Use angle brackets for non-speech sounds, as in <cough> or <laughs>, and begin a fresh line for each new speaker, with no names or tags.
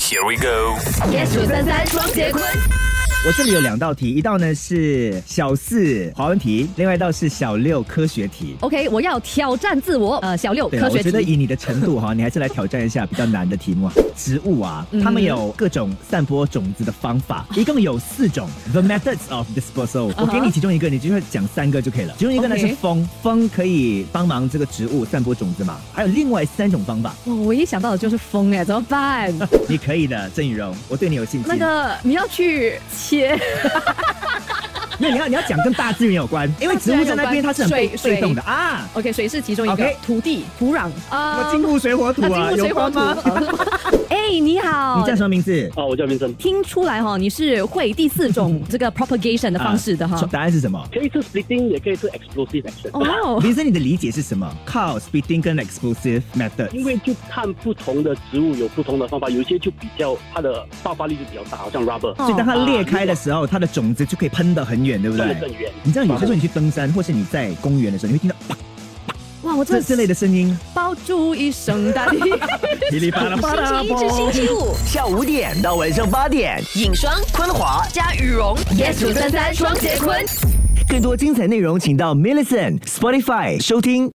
Here we go。
Yes 九三三双节棍，
我这里有两道题，一道呢是小四华文题，另外一道是小六科学题。
OK，我要挑战自我。呃，小六
对了，
科
我
学
觉得
题，
以你的程度哈，你还是来挑战一下比较难的题目啊。植物啊，它们有各种散播种子的方
啊
法，一共有四种。The methods of dispersal，我给你其中一个，你就会讲三个就可以了。其中一个呢
OK
是风，风可以帮忙这个植物散播种子嘛。还有另外三种方法，
哇我唯一想到的就是风哎，怎么
<laughs>
办？
你可以的，郑雨荣，我对你有信心。
那个你要去切，
没有，你要你要讲跟大自然有关，因为植物在那边它是很被
水水
被动的啊。
<laughs> OK，水是其中一个
OK
土地、土壤啊
金木水火土
金
啊，
木
有
水火
关
土
吗？。
<laughs> 哎，你好，
<laughs> 你叫什么名字？
哦，我叫明生。
听出来哈、哦，你是会第四种这个 propagation 的方式的哈、
嗯啊答案是什么？
可以是 splitting，也可以是 explosive action，、
<laughs>
哦，
林生，你的理解是什么？靠 speeding 跟 explosive method。
因为就看不同的植物有不同的方法，有一些就比较它的爆发力就比较大，好像 rubber，
哦
所以当它裂开的时候，它的种子就可以喷得很远，对不
转得
对？
更远。
你知道有些时候你去登山，或是你在公园的时候，你会听到啪
哇，我真
这
的
之类的声音，
包住一生
<laughs>
大地。
噼里啪啦啪啦
星期一至星期
<laughs>
五
下午五点到晚上八点，
影霜、
昆华。
加羽绒，
yes 九三三双节棍。
更多精彩内容，请到 m i l l i c e n t Spotify 收听。